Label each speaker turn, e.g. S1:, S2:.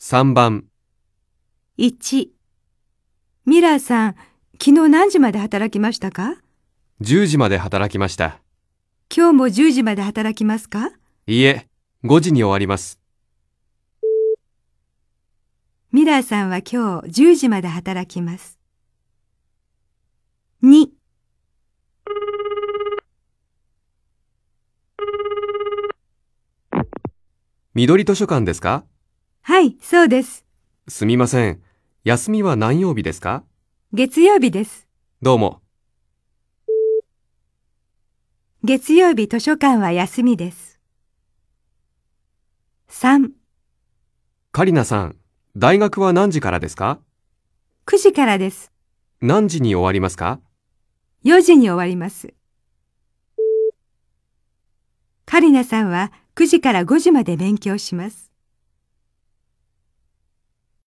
S1: 3番、
S2: 1ミラーさん、昨日何時まで働きましたか
S1: 10時まで働きました。
S2: 今日も10時まで働きますか
S1: いいえ、5時に終わります。
S2: ミラーさんは今日10時まで働きます。2
S1: 緑図書館ですか
S2: はい、そうです。
S1: すみません。休みは何曜日ですか
S2: 月曜日です。
S1: どうも。
S2: 月曜日図書館は休みです。3、
S1: カリナさん、大学は何時からですか
S2: 9時からです。
S1: 何時に終わりますか
S2: 4時に終わります。カリナさんは9時から5時まで勉強します。